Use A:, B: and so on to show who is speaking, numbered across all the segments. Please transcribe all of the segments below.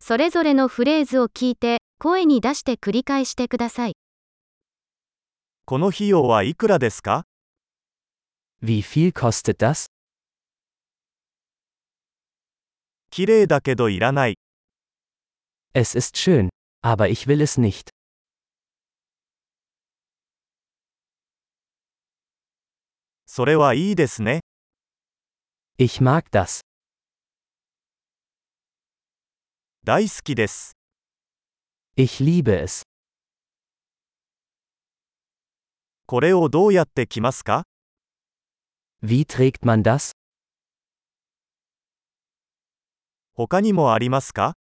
A: それぞれのフレーズを聞いて、声に出して繰り返してください。
B: この費用はいくらですか
C: Wie viel kostet das?
B: 綺麗だけどいらない。
C: Es ist schön, aber ich will es nicht.
B: それはいいですね。
C: Ich mag das.
B: 大好きです。
C: Ich liebe es.
B: これをどうやって着ますか
C: Wie trägt man das?
B: 他にもありますか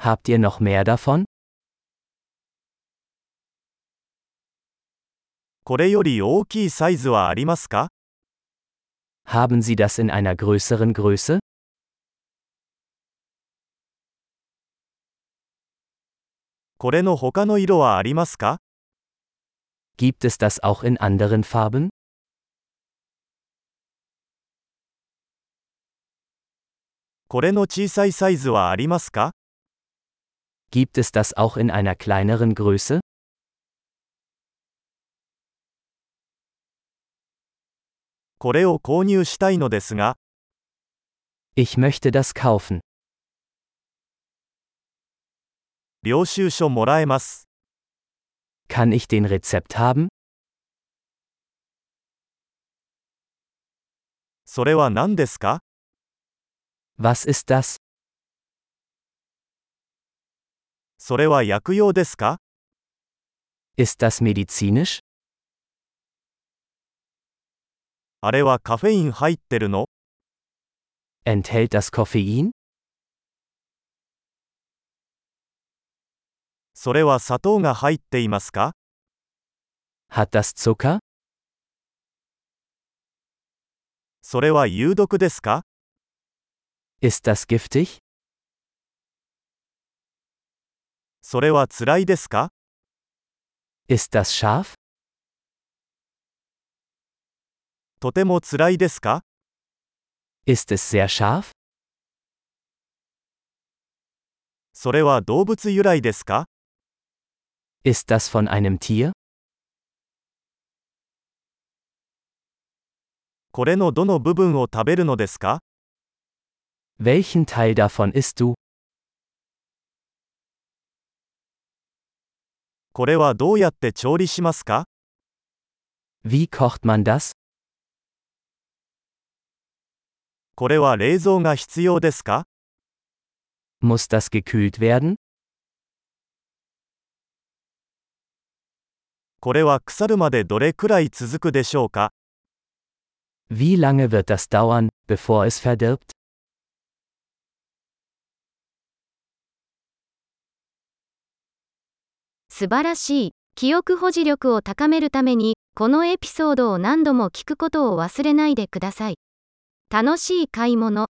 C: Habt ihr noch mehr davon?
B: これより大きいサイズはありますか
C: Haben Sie das in einer größeren Größe?
B: これの他の色はありますか
C: Gibt es das auch in anderen Farben?
B: これの小さいサイズはありますか
C: Gibt es das auch in einer kleineren Größe?
B: これを購入したいのですが、
C: Ich möchte das kaufen.
B: 領収書もらえます。
C: Kann ich den Rezept haben?
B: それは何ですか
C: Was ist das?
B: それは薬用ですか
C: Ist das medizinisch?
B: あれはカフェイン入ってるの
C: Enthält das Koffein?
B: それは砂糖が入っていますか
C: Hat das Zucker?
B: それは有毒ですか
C: Ist das giftig?
B: それは辛いですか
C: Ist das scharf?
B: とても辛いですか
C: Ist es sehr scharf?
B: それは動物由来ですか
C: Ist das von einem Tier?
B: これのどの部分を食べるのですか
C: Welchen Teil davon isst du?
B: これはどうやって調理しますか
C: Wie kocht man das?
B: これは冷蔵が必要ですか
C: Muss das gekühlt werden?
B: これは腐るまでどれくらい続くでしょうか
C: Wie lange wird das dauern, bevor es verdirbt?
A: 素晴らしい。記憶保持力を高めるために、このエピソードを何度も聞くことを忘れないでください。楽しい買い物。